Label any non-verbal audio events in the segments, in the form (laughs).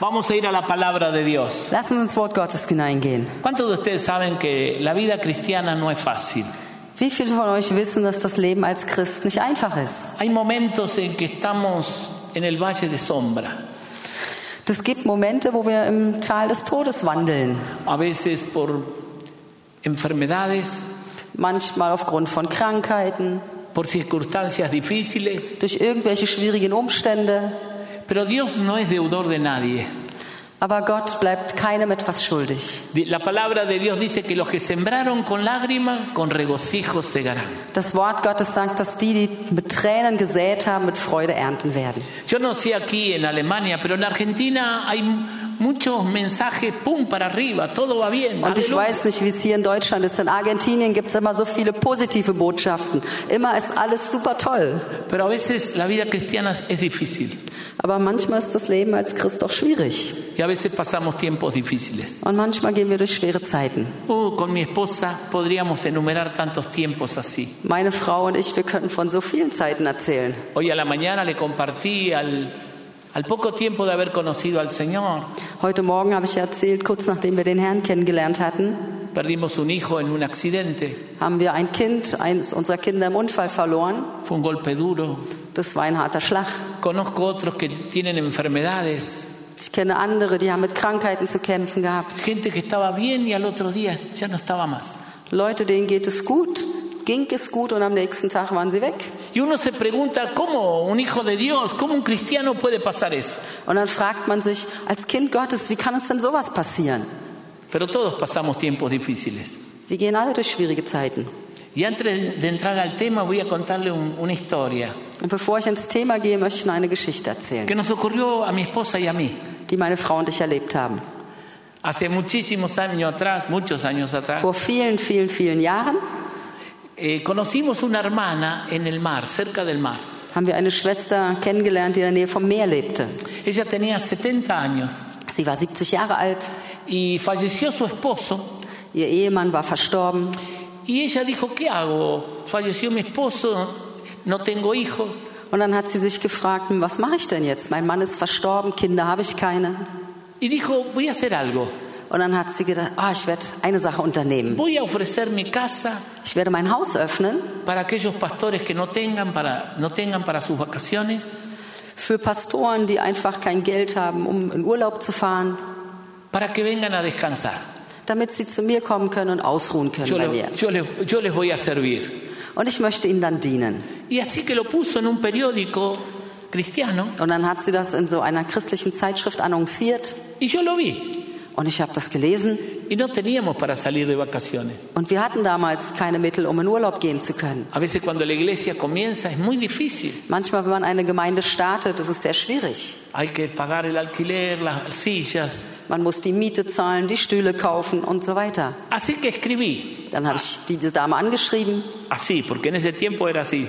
Vamos a ir a la palabra de Dios. Lassen Sie ins Wort Gottes hineingehen. ¿Cuántos de ustedes saben que la vida cristiana no es fácil? Wie viele von euch wissen, dass das Leben als Christ nicht einfach ist? Hay momentos en que estamos en el valle de sombra, Es gibt Momente, wo wir im Tal des Todes wandeln. a veces por enfermedades, Manchmal aufgrund von Krankheiten, por circunstancias difíciles, durch irgendwelche schwierigen Umstände. pero Dios no es deudor de nadie. Aber Gott bleibt keinem etwas schuldig. Di- La palabra de Dios dice que los que sembraron con lágrimas, con regocijo segarán. Das Wort Gottes sagt, dass die, die mit Tränen gesät haben, mit Freude ernten werden. Yo no sé aquí en Alemania, pero en Argentina hay m- muchos mensajes, pum, para arriba, todo va bien. Und ich aleluya. weiß nicht, wie es hier in Deutschland ist. In Argentinien gibt es immer so viele positive Botschaften. Immer ist alles super toll. Pero a veces la vida cristiana es difícil Aber manchmal ist das Leben als Christ auch schwierig. y a veces pasamos tiempos difíciles. Und manchmal gehen wir durch schwere Zeiten. Uh, con mi esposa podríamos enumerar tantos tiempos así. Meine Frau und ich, wir könnten von so vielen Zeiten erzählen. Hoy a la mañana le compartí al, al poco tiempo de haber conocido al Señor, Heute Morgen habe ich erzählt, kurz nachdem wir den Herrn kennengelernt hatten, perdimos un hijo en un accidente. haben wir ein Kind, eines unserer Kinder im Unfall verloren. Fue un golpe duro. Das war ein harter Schlag. Conozco otros que tienen enfermedades. Ich kenne andere, die haben mit Krankheiten zu kämpfen gehabt. Gente que estaba bien y al otro día ya no estaba más. Leute, denen geht es gut, ging es gut und am nächsten Tag waren sie weg. Y uno se pregunta, ¿cómo un hijo de Dios, cómo un cristiano puede pasar eso? Und dann fragt man sich, als Kind Gottes, wie kann es denn sowas passieren? Pero todos pasamos tiempos difíciles. Wir gehen alle durch schwierige Zeiten. Y antes de entrar al tema voy a contarle un- una historia Und bevor ich ins Thema gehe, möchte ich noch eine Geschichte erzählen, que nos ocurrió a mi esposa y a mí die meine Frau und ich erlebt haben. hace muchísimos años atrás, muchos años atrás. Vor vielen, vielen, vielen Jahren eh, conocimos una hermana en el mar, cerca del mar. haben wir eine Schwester kennengelernt, die in der Nähe vom Meer lebte. Ella tenía 70 años Sie war 70 Jahre alt, y falleció su esposo ihr Ehemann war verstorben. y ella dijo, ¿qué hago? Falleció mi esposo, no tengo hijos. Und dann hat sie sich gefragt, "Hm, was mache ich denn jetzt? Mein Mann ist verstorben, Kinder habe ich keine. Y dijo, voy a hacer algo, Und dann hat sie gedacht, ah, ich werde eine Sache unternehmen. voy a ofrecer mi casa Ich werde mein Haus öffnen para aquellos pastores que no tengan para, no tengan para sus vacaciones. für Pastoren, die einfach kein Geld haben, um in Urlaub zu fahren, para que vengan a descansar. damit sie zu mir kommen können und ausruhen können Yo, bei lo- mir. yo les, yo les voy a servir. Und ich möchte ihnen dann dienen. Y así que lo puso en un periódico cristiano Und dann hat sie das in so einer christlichen Zeitschrift annonciert y yo lo vi. und ich habe das gelesen. Y no teníamos para salir de vacaciones. Und wir hatten damals keine Mittel, um in Urlaub gehen zu können. A veces cuando la iglesia comienza es muy difícil. Manchmal, wenn man eine Gemeinde startet, ist es sehr schwierig. Hay que pagar el alquiler, las sillas. Man muss die Miete zahlen, die Stühle kaufen und so weiter. Así que escribí, Dann habe ich diese Dame angeschrieben, así, porque en ese tiempo era así.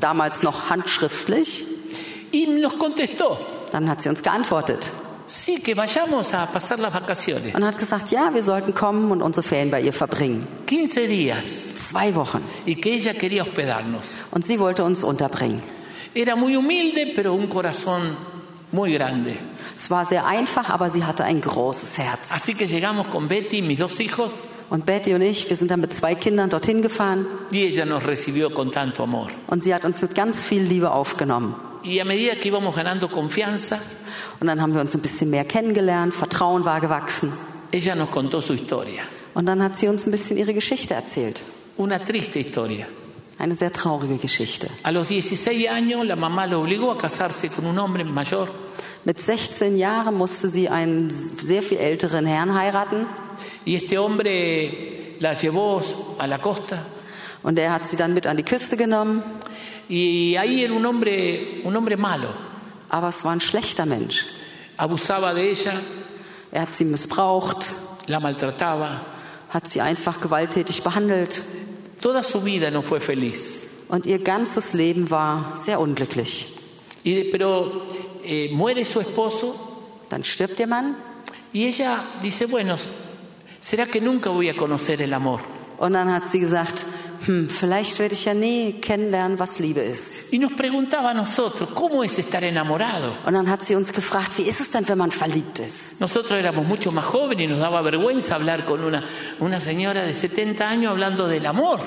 damals noch handschriftlich. Y nos contestó, Dann hat sie uns geantwortet sí, que vayamos a pasar las vacaciones. und hat gesagt, ja, wir sollten kommen und unsere Ferien bei ihr verbringen. 15 días. Zwei Wochen. Y que ella quería hospedarnos. Und sie wollte uns unterbringen. Era muy humilde, pero un corazón muy grande. Es war sehr einfach, aber sie hatte ein großes Herz. Así que llegamos con Betty, mis dos hijos, Und Betty und ich, wir sind dann mit zwei Kindern dorthin gefahren y ella nos recibió con tanto amor. und sie hat uns mit ganz viel Liebe aufgenommen. Y a medida que íbamos ganando confianza, Und dann haben wir uns ein bisschen mehr kennengelernt, Vertrauen war gewachsen. ella nos contó su historia, Und dann hat sie uns ein bisschen ihre Geschichte erzählt. una triste historia. Eine sehr traurige Geschichte. A los 16 años la mamá lo obligó a casarse con un hombre mayor Mit 16 Jahren musste sie einen sehr viel älteren Herrn heiraten y este hombre la llevó a la costa und er hat sie dann mit an die Küste genommen. y ahí era un hombre, un hombre malo, Aber es war ein schlechter Mensch. abusaba de ella, Er hat sie missbraucht, la maltrataba, hat sie einfach gewalttätig behandelt toda su vida no fue feliz. und ihr ganzes Leben war sehr unglücklich. Y de- pero eh, muere su esposo Dann stirbt ihr Mann y ella dice, bueno, ¿será que nunca voy a conocer el amor? und dann hat sie gesagt, hm, vielleicht werde ich ja nie kennenlernen, was Liebe ist. Y nos preguntaba a nosotros, ¿cómo es estar enamorado? Und dann hat sie uns gefragt, wie ist es denn, wenn man verliebt ist? Nosotros éramos mucho más jóvenes y nos daba vergüenza hablar con una, una señora de 70 años hablando del amor.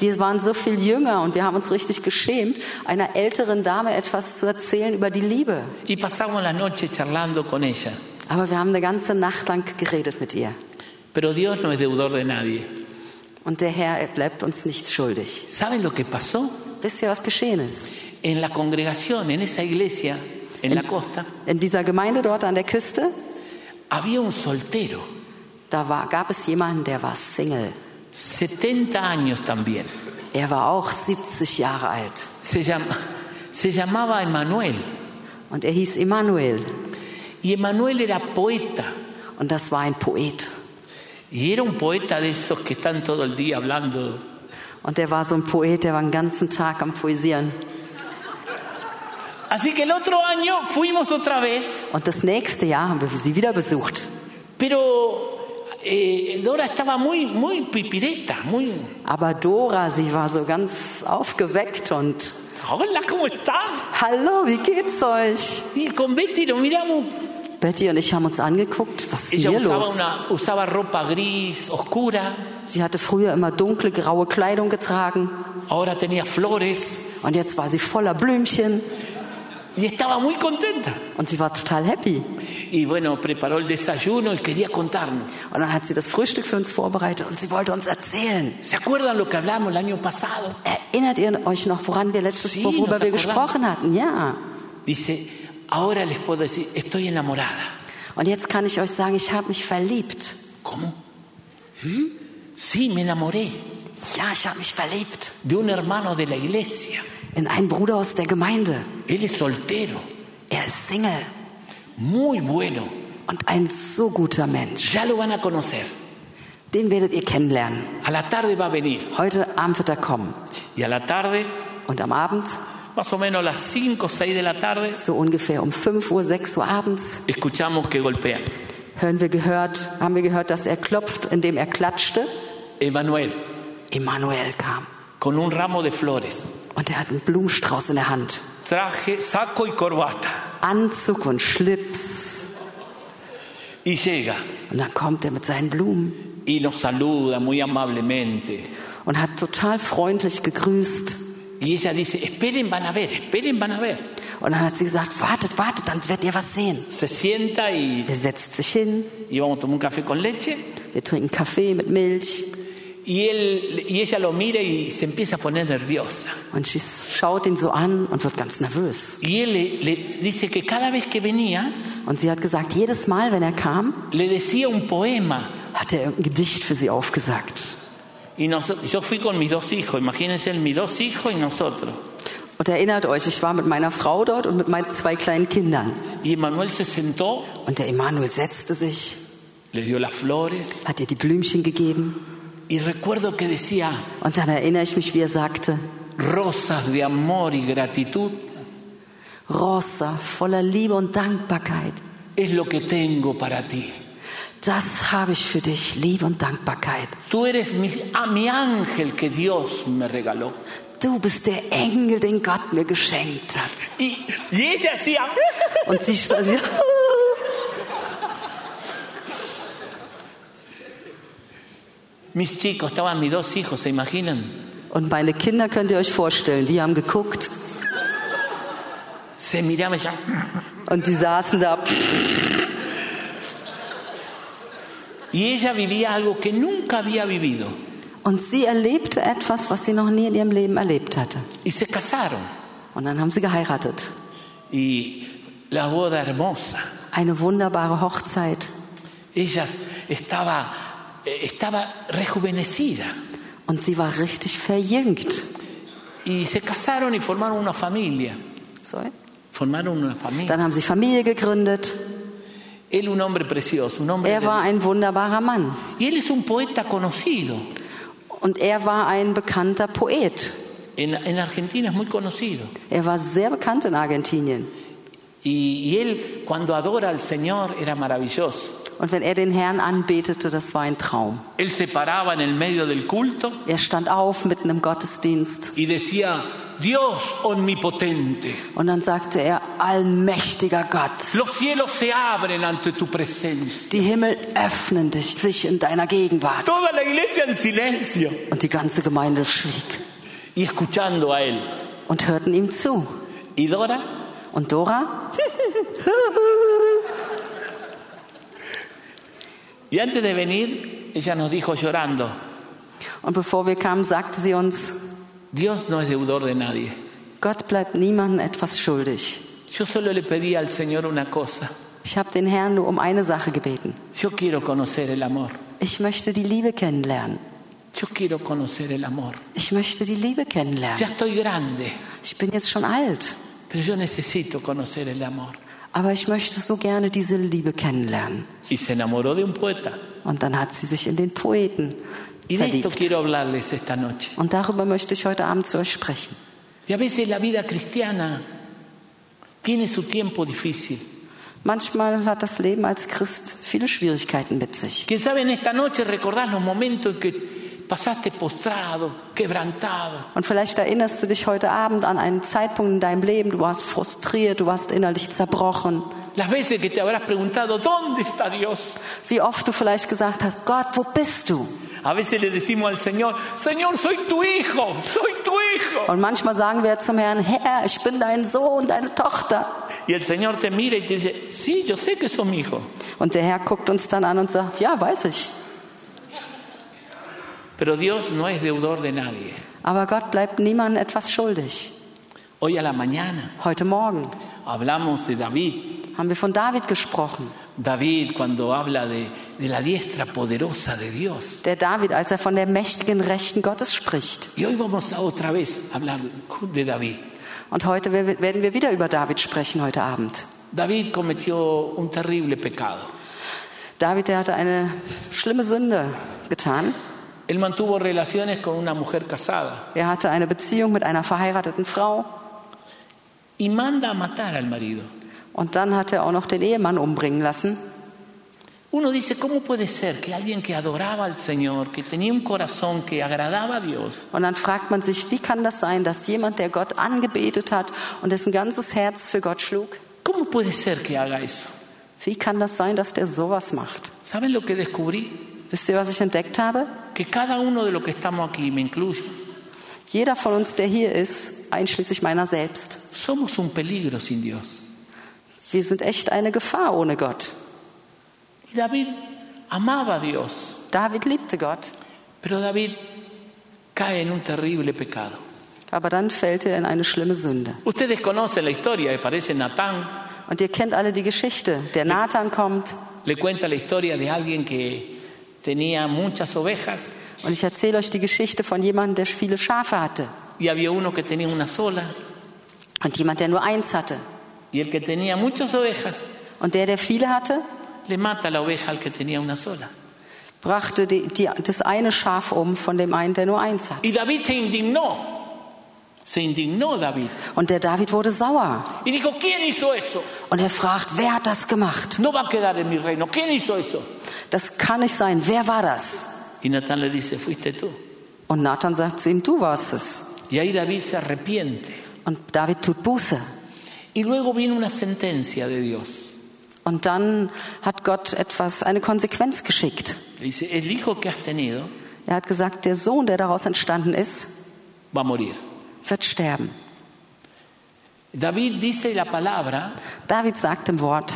Wir waren so viel jünger und wir haben uns richtig geschämt, einer älteren Dame etwas zu erzählen über die Liebe. Y pasamos la noche charlando con ella. Aber wir haben eine ganze Nacht lang geredet mit ihr. Pero Dios no es deudor de nadie. Und der Herr er bleibt uns nichts schuldig. ¿Saben lo que pasó? Wisst ihr, was geschehen ist? En la congregación, en esa iglesia, en la costa, In dieser Gemeinde dort an der Küste, había un soltero, da war, gab es jemanden, der war Single. 70 años también. Er war auch 70 Jahre alt. Se, llama- se llamaba Emanuel. Und er hieß Emanuel. Y Emanuel era poeta. Und das war ein Poet. Y era un poeta de esos que están todo el día hablando. Und der war so ein Poet, der war den ganzen Tag am Poesieren. Así que el otro año fuimos otra vez, Und das nächste Jahr haben wir sie wieder besucht. pero eh, Dora estaba muy, muy pipireta, muy... Aber Dora, sie war so ganz aufgeweckt und Hola, ¿cómo está? Hallo, wie geht's euch? Y con Betty lo miramos. Betty und ich haben uns angeguckt, was ist denn Ella hier usaba, los? una, usaba ropa gris, oscura, Sie hatte früher immer dunkle, graue Kleidung getragen ahora tenía flores und jetzt war sie voller Blümchen y estaba muy contenta. und sie war total happy. Y bueno, preparó el desayuno y quería contarnos. Und dann hat sie das Frühstück für uns vorbereitet und sie wollte uns erzählen. ¿Se acuerdan lo que hablamos el año pasado? Erinnert ihr euch noch, woran wir letztes Sie, Mal, worüber nos wir acordamos. gesprochen hatten? Ja. Dice, ahora les puedo decir, estoy enamorada. Und jetzt kann ich euch sagen, ich habe mich verliebt. ¿Cómo? ¿Mm? Sí, me enamoré Ja, ich habe mich verliebt de un hermano de la iglesia. in einen Bruder aus der Gemeinde. Él es soltero, Er ist Single muy bueno. und ein so guter Mensch. Ya lo van a conocer. Den werdet ihr kennenlernen. A la tarde va a venir. Heute Abend wird er kommen. Y a la tarde, Und am Abend, más o menos a las 5 o 6 de la tarde, so ungefähr um 5 Uhr, 6 Uhr abends, escuchamos que golpean. hören wir gehört, haben wir gehört, dass er klopft, indem er klatschte. Emanuel, Emanuel kam. con un ramo de flores, Und er hat einen Blumenstrauß in der Hand. traje, saco y corbata. Anzug und Schlips. Y llega Und dann kommt er mit seinen Blumen y nos saluda muy amablemente. und hat total freundlich gegrüßt. Y ella dice, esperen, van a ver, esperen, van a ver. Und dann hat sie gesagt, wartet, wartet, dann werdet ihr was sehen. Se sienta y, Er setzt sich hin, y vamos a tomar un café con leche. wir trinken Kaffee mit Milch. Y, él, y ella lo mira y se empieza a poner nerviosa. Und sie schaut ihn so an und wird ganz nervös. Y él le, le dice que cada vez que venía Und sie hat gesagt, jedes Mal, wenn er kam, le decía un poema. hat er irgendein Gedicht für sie aufgesagt. Y noso- yo fui con mis dos hijos, imagínense, mis dos hijos y nosotros. Und erinnert euch, ich war mit meiner Frau dort und mit meinen zwei kleinen Kindern. Y Emanuel se sentó, Und der Emanuel setzte sich, le dio las flores. hat ihr die Blümchen gegeben. Y recuerdo que decía, Und dann erinnere ich mich, wie er sagte, rosas de amor y gratitud Rosa, voller Liebe und Dankbarkeit. es lo que tengo para ti. Das habe ich für dich, Liebe und Dankbarkeit. Tú eres mi, ah, mi ángel que Dios me regaló. Du bist der Engel, den Gott mir geschenkt hat. Y, y ella hacía, (laughs) Und sie, also, sie mis chicos, estaban mis dos hijos, ¿se imaginan? (laughs) und meine Kinder könnt ihr euch vorstellen, die haben geguckt Se miraban ya. und die saßen da. Y ella vivía algo que nunca había vivido. Und sie erlebte etwas, was sie noch nie in ihrem Leben erlebt hatte. Y se casaron. Und dann haben sie geheiratet. Y la boda hermosa. Eine wunderbare Hochzeit. Ella estaba, eh, estaba rejuvenecida. Und sie war richtig verjüngt. Y se casaron y formaron una familia. Sorry. Formaron una familia. Dann haben sie Familie gegründet. Él un hombre precioso, un hombre... Er de- war ein wunderbarer Mann. Y él es un poeta conocido. Und er war ein bekannter Poet. En, en Argentina es muy conocido. Er war sehr bekannt in Argentinien. Y, y él cuando adora al Señor era maravilloso. Und wenn er den Herrn anbetete, das war ein Traum. Él se paraba en el medio del culto Er stand auf mitten im Gottesdienst y decía, Dios omnipotente, und dann sagte er, allmächtiger Gott, los cielos se abren ante tu presencia. die Himmel öffnen dich, sich in deiner Gegenwart. Toda la iglesia en silencio Und die ganze Gemeinde schwieg y escuchando a él. und hörten ihm zu. Y Dora Und Dora? Y antes de venir, ella nos dijo llorando, Und bevor wir kamen, sagte sie uns, Dios no es deudor de nadie. Gott bleibt niemandem etwas schuldig. Yo solo le pedí al Señor una cosa. Ich habe den Herrn nur um eine Sache gebeten. Yo quiero conocer el amor. Ich möchte die Liebe kennenlernen. Yo quiero conocer el amor. Ich möchte die Liebe Ya kennenlernen. estoy grande, Ich bin jetzt schon alt, pero yo necesito conocer el amor. aber ich möchte so gerne diese Liebe kennenlernen. Y se enamoró de un poeta. Und dann hat sie sich in den Poeten Y de esto verliebt. quiero hablarles esta noche. Und darüber möchte ich heute Abend zu euch sprechen. Y a veces la vida cristiana tiene su tiempo difícil. Manchmal hat das Leben als Christ viele Schwierigkeiten mit sich. Que saben, esta noche recordás los momentos en que pasaste postrado, quebrantado. Und vielleicht erinnerst du dich heute Abend an einen Zeitpunkt in deinem Leben, du warst frustriert, du warst innerlich zerbrochen. Las veces que te habrás preguntado, ¿dónde está Dios? Wie oft du vielleicht gesagt hast, Gott, wo bist du? A veces le decimos al Señor, Señor, soy tu hijo, soy tu hijo. Und manchmal sagen wir zum Herrn, Herr, ich bin dein Sohn, deine Tochter. Y el Señor te mira y te dice, sí, yo sé que sos mi hijo, Und der Herr guckt uns dann an und sagt, ja, weiß ich. pero Dios no es deudor de nadie. Aber Gott bleibt niemandem etwas schuldig. Hoy a la mañana Heute Morgen hablamos de David. haben wir von David gesprochen. David cuando habla de, de la diestra poderosa de Dios. Der David, als er von der mächtigen Rechten Gottes spricht. Y hoy vamos a otra vez a hablar de David. Und heute wer- werden wir wieder über David sprechen, heute Abend. David cometió un terrible pecado. David, der hatte eine schlimme Sünde getan. Él mantuvo relaciones con una mujer casada Er hatte eine Beziehung mit einer verheirateten Frau. y manda a matar al marido. Und dann hat er auch noch den Ehemann umbringen lassen. Uno dice, ¿cómo puede ser que alguien que adoraba al Señor, que tenía un corazón que agradaba a Dios, Und dann fragt man sich, wie kann das sein, dass jemand, der Gott angebetet hat und dessen ganzes Herz für Gott schlug, ¿cómo puede ser que haga eso? wie kann das sein, dass der sowas macht? ¿Saben lo que descubrí? Wisst ihr, was ich entdeckt habe? Que cada uno de los que estamos aquí, me incluyo, Jeder von uns, der hier ist, einschließlich meiner selbst, somos un peligro sin Dios. wir sind echt eine Gefahr ohne Gott. Y David amaba a Dios, David liebte Gott, pero David cae en un terrible pecado. aber dann fällt er in eine schlimme Sünde. Ustedes conocen la historia, aparece Natán, Und ihr kennt alle die Geschichte. Der Nathan kommt le cuenta la historia de alguien que tenía muchas ovejas und ich erzähle euch die Geschichte von jemandem, der viele Schafe hatte y había uno que tenía una sola und jemand, der nur eins hatte. y el que tenía muchas ovejas Und der, der viele hatte, le mata la oveja al que tenía una sola. brachte die, die, das eine Schaf um von dem einen, der nur eins hat. Y David se indignó, se indignó David Und der David wurde sauer y dijo, ¿quién hizo eso? und er fragt, wer hat das gemacht? No va a quedar en mi reino, ¿quién hizo eso? Das kann nicht sein, wer war das? Y Natán le dice, fuiste tú. Und Nathan sagt zu ihm, du warst es. Y ahí David se arrepiente. Und David tut Buße. Y luego viene una sentencia de Dios. Und dann hat Gott etwas, eine Konsequenz geschickt. Le dice, el hijo que has tenido Er hat gesagt, der Sohn, der daraus entstanden ist, va a morir. wird sterben. David dice la palabra David sagt im Wort,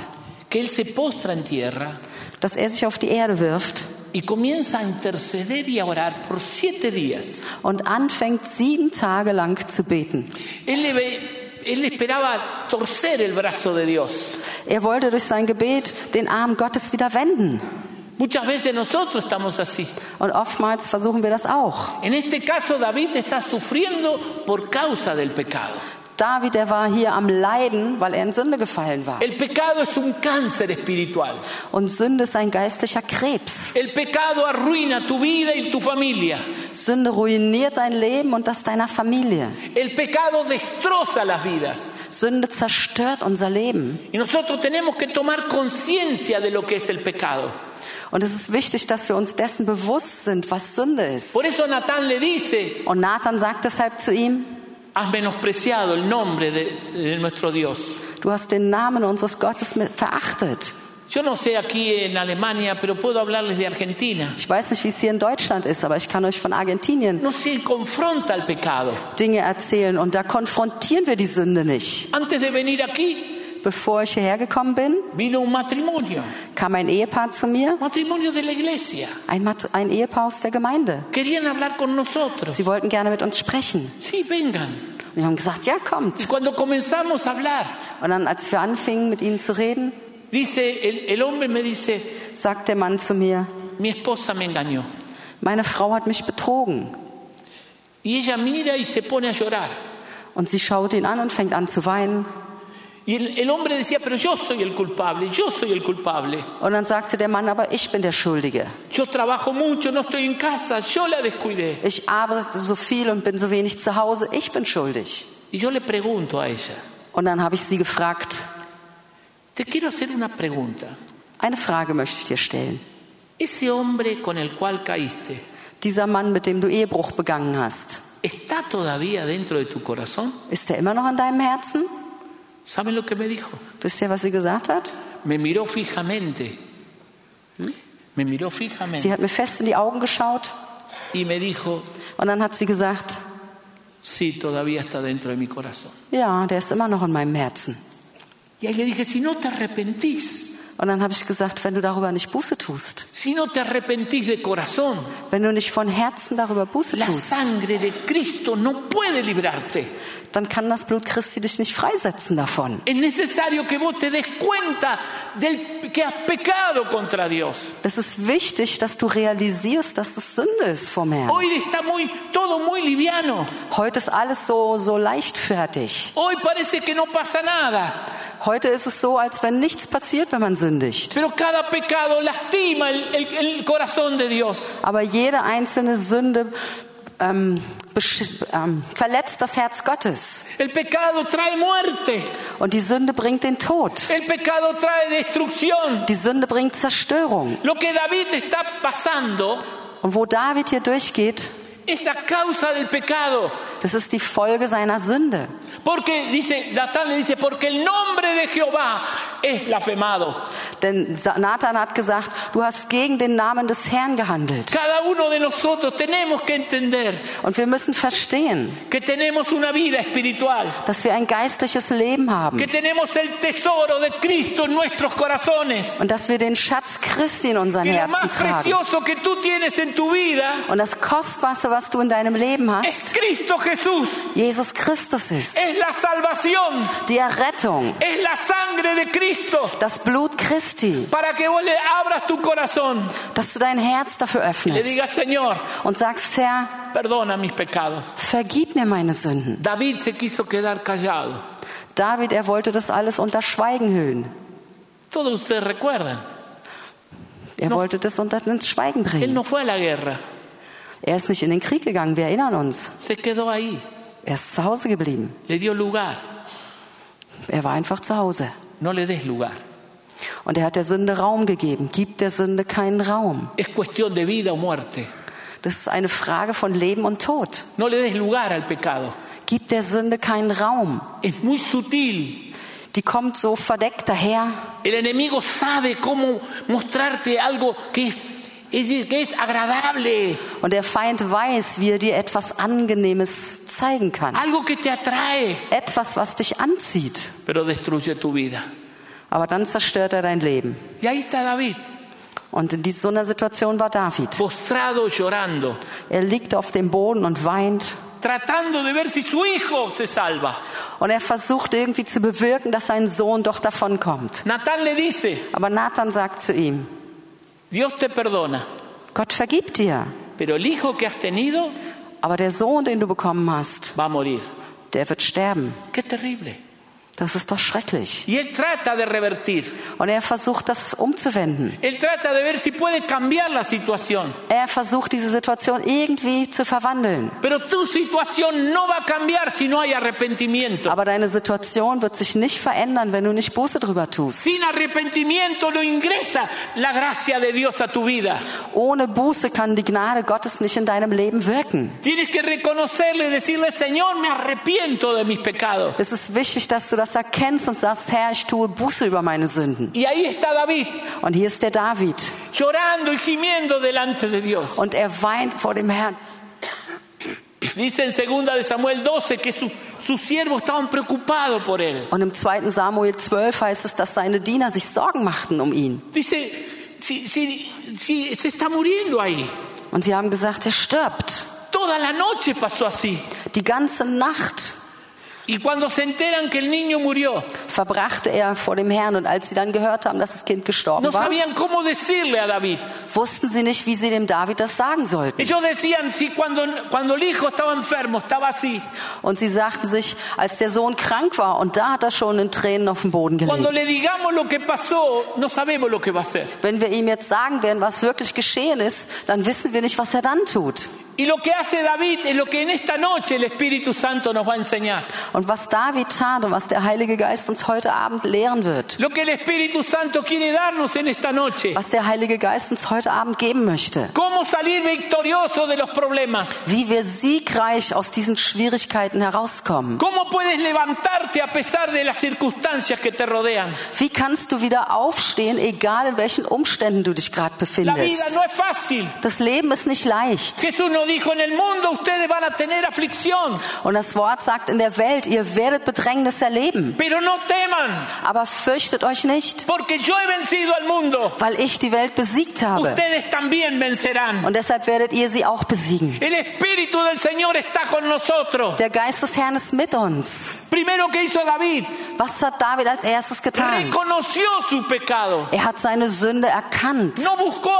que él se postra en tierra dass er sich auf die Erde wirft y comienza a interceder y a orar por siete días. und anfängt sieben Tage lang zu beten. Él, le ve- él esperaba torcer el brazo de Dios. Er wollte durch sein Gebet den Arm Gottes wieder wenden. Muchas veces nosotros estamos así. Und oftmals versuchen wir das auch. En este caso David está sufriendo por causa del pecado. David, der war hier am Leiden, weil er in Sünde gefallen war. El pecado es un cáncer espiritual. Und Sünde ist ein geistlicher Krebs. El pecado arruina tu vida y tu familia. Sünde ruiniert dein Leben und das deiner Familie. El pecado destroza las vidas. Sünde zerstört unser Leben. Y nosotros tenemos que tomar conciencia de lo que es el pecado. Und es ist wichtig, dass wir uns dessen bewusst sind, was Sünde ist. Por eso Natán le dice, Und Nathan sagt deshalb zu ihm, has menospreciado el nombre de, de nuestro Dios. du hast den Namen unseres Gottes mit- verachtet. Yo no sé aquí en Alemania, pero puedo hablarles de Argentina. Ich weiß nicht, wie es hier in Deutschland ist, aber ich kann euch von Argentinien No se confronta el pecado. Dinge erzählen. Und da konfrontieren wir die Sünde nicht. Antes de venir aquí, Bevor ich hierher gekommen bin, vino un matrimonio, kam ein Ehepaar zu mir, matrimonio de la iglesia. ein, Mat ein Ehepaar aus der Gemeinde. Querían hablar con nosotros. Sie wollten gerne mit uns sprechen. Sí, vengan. Und wir haben gesagt, ja, Y kommt. cuando comenzamos a hablar, Und dann, als wir anfingen, mit ihnen zu reden, dice el, el hombre me dice, sagt der Mann zu mir, mi esposa me engañó. meine Frau hat mich betrogen. Y ella mira y se pone a llorar. Und sie schaut ihn an und fängt an zu weinen. Y el, el hombre decía, pero yo soy el culpable, yo soy el culpable. Und dann sagte der Mann, aber ich bin der Schuldige. Yo trabajo mucho, no estoy en casa, yo la descuidé. Ich arbeite so viel und bin so wenig zu Hause. Ich bin schuldig. Y yo le pregunto a ella, Und dann habe ich sie gefragt, te quiero hacer una pregunta. eine Frage möchte ich dir stellen. Ese hombre con el cual caíste, Dieser Mann, mit dem du Ehebruch begangen hast, ¿está todavía dentro de tu corazón? ist der immer noch in deinem Herzen? ¿Saben lo que me dijo? Du wisst ja, was sie gesagt hat? Me miró fijamente. Me miró fijamente. Sie hat mir fest in die Augen geschaut Y me dijo, und dann hat sie gesagt, sí, todavía está dentro de mi corazón. ja, der ist immer noch in meinem Herzen. Y ahí le dije, si no te arrepentís, Und dann habe ich gesagt, wenn du darüber nicht Buße tust, si no te arrepentís de corazón, wenn du nicht von Herzen darüber Buße la tust, sangre de Cristo no puede librarte. dann kann das Blut Christi dich nicht freisetzen davon. Es necesario que vos te des cuenta del que has pecado contra Dios. Es ist wichtig, dass du realisierst, dass es Sünde ist vom Herrn. Hoy está muy todo muy liviano. Heute ist alles so, so leichtfertig. Hoy parece que no pasa nada, Heute ist es so, als wenn nichts passiert, wenn man sündigt. pero cada pecado lastima el, el- el corazón de Dios. Aber jede einzelne Sünde ähm, besch- ähm, verletzt das Herz Gottes. El pecado trae muerte, Und die Sünde bringt den Tod. el pecado trae destrucción. Die Sünde bringt Zerstörung. Lo que David está pasando Und wo David hier durchgeht, es a causa del pecado, das ist die Folge seiner Sünde. porque dice Natán le dice porque el nombre de Jehová es blasfemado. Denn Sa- Nathan hat gesagt, du hast gegen den Namen des Herrn gehandelt. Cada uno de nosotros tenemos que entender Und wir müssen verstehen, que tenemos una vida espiritual, dass wir ein geistliches Leben haben que tenemos el tesoro de Cristo en nuestros corazones, und dass wir den Schatz Christi in unseren que lo Herzen más tragen. precioso que tú tienes en tu vida Und das Kostbarste, was du in deinem Leben es hast, Cristo Jesús, Jesus Christus ist. es la salvación, Die Errettung, es la sangre de Cristo, das Blut Christi, para que vos le abras tu corazón dass du dein Herz dafür y le öffnest digas, Señor, und sagst, Herr, perdona mis pecados. vergib mir meine Sünden. David se quiso quedar callado. David, er wollte das alles unter Schweigen hüllen. Todos ustedes recuerdan, Er wollte das unter ins Schweigen él bringen. no fue a la guerra, Er ist nicht in den Krieg gegangen, wir erinnern uns. se quedó ahí, Er ist zu Hause geblieben. le dio lugar, Er war einfach zu Hause. no le des lugar. Und er hat der Sünde Raum gegeben. Gib der Sünde keinen Raum. Es cuestión de vida o muerte. Das ist eine Frage von Leben und Tod. No le des lugar al pecado. Gib der Sünde keinen Raum. Es muy sutil. Die kommt so verdeckt daher. El enemigo sabe cómo mostrarte algo que es, es- que es agradable, Und der Feind weiß, wie er dir etwas Angenehmes zeigen kann. algo que te atrae, Etwas, was dich anzieht. pero destruye tu vida. Aber dann zerstört er dein Leben. Y ahí está David, Und in dies- so einer Situation war David. postrado llorando, Er liegt auf dem Boden und weint. tratando de ver si su hijo se salva. Und er versucht irgendwie zu bewirken, dass sein Sohn doch davonkommt. Natán le dice, Aber Nathan sagt zu ihm, Dios te perdona, Gott vergibt dir. pero el hijo que has tenido Aber der Sohn, den du bekommen hast, va a morir. der wird sterben. Qué terrible. Das ist doch schrecklich. Y él trata de revertir. Und er versucht, das umzuwenden. Él trata de ver si puede cambiar la situación. Er versucht, diese Situation irgendwie zu verwandeln. Pero tu situación no va a cambiar si no hay arrepentimiento. Aber deine Situation wird sich nicht verändern, wenn du nicht Buße drüber tust. Sin arrepentimiento no ingresa la gracia de Dios a tu vida. Ohne Buße kann die Gnade Gottes nicht in deinem Leben wirken. Tienes que reconocerle, decirle, Señor, me arrepiento de mis pecados. Es ist wichtig, dass du das erkennst und sagst, Herr, ich tue Buße über meine Sünden. Y ahí está David, Und hier ist der David. llorando y gimiendo delante de Dios. Und er weint vor dem Herrn. Dice en segunda de Samuel 12 que su- sus siervos estaban preocupados por él. Und im 2. Samuel 12 heißt es, dass seine Diener sich Sorgen machten um ihn. Dice, si, si, si se está muriendo ahí. Und sie haben gesagt, er stirbt. Toda la noche pasó así. Die ganze Nacht Y cuando se enteran que el niño murió, verbrachte er vor dem Herrn. Und als sie dann gehört haben, dass das Kind gestorben no war, sabían cómo decirle a David. wussten sie nicht, wie sie dem David das sagen sollten. Ellos decían, si cuando, cuando el hijo estaba enfermo, estaba así. Und sie sagten sich, als der Sohn krank war, und da hat er schon in Tränen auf dem Boden Cuando gelegen. le digamos lo que pasó, no sabemos lo que va a hacer. Wenn wir ihm jetzt sagen werden, was wirklich geschehen ist, dann wissen wir nicht, was er dann tut. Y lo que hace David es lo que en esta noche el Espíritu Santo nos va a enseñar. Und was David tat und was der Heilige Geist uns heute Abend lehren wird. Lo que el Espíritu Santo quiere darnos en esta noche. Was der Heilige Geist uns heute Abend geben möchte. ¿Cómo salir victorioso de los problemas? Wie wir siegreich aus diesen Schwierigkeiten herauskommen. ¿Cómo puedes levantarte a pesar de las circunstancias que te rodean? Wie kannst du wieder aufstehen, egal in welchen Umständen du dich gerade La vida befindest. no es fácil. Das Leben ist nicht leicht. Jesús nos dijo, en el mundo ustedes van a tener aflicción, Und das Wort sagt in der Welt, ihr werdet Bedrängnis erleben. pero no teman, Aber fürchtet euch nicht, porque yo he vencido al mundo. weil ich die Welt besiegt habe. Ustedes también vencerán. Und deshalb werdet ihr sie auch besiegen. El Espíritu del Señor está con nosotros. Der Geist des Herrn ist mit uns. Primero que hizo David, Was hat David als erstes getan? reconoció su pecado. Er hat seine Sünde erkannt No buscó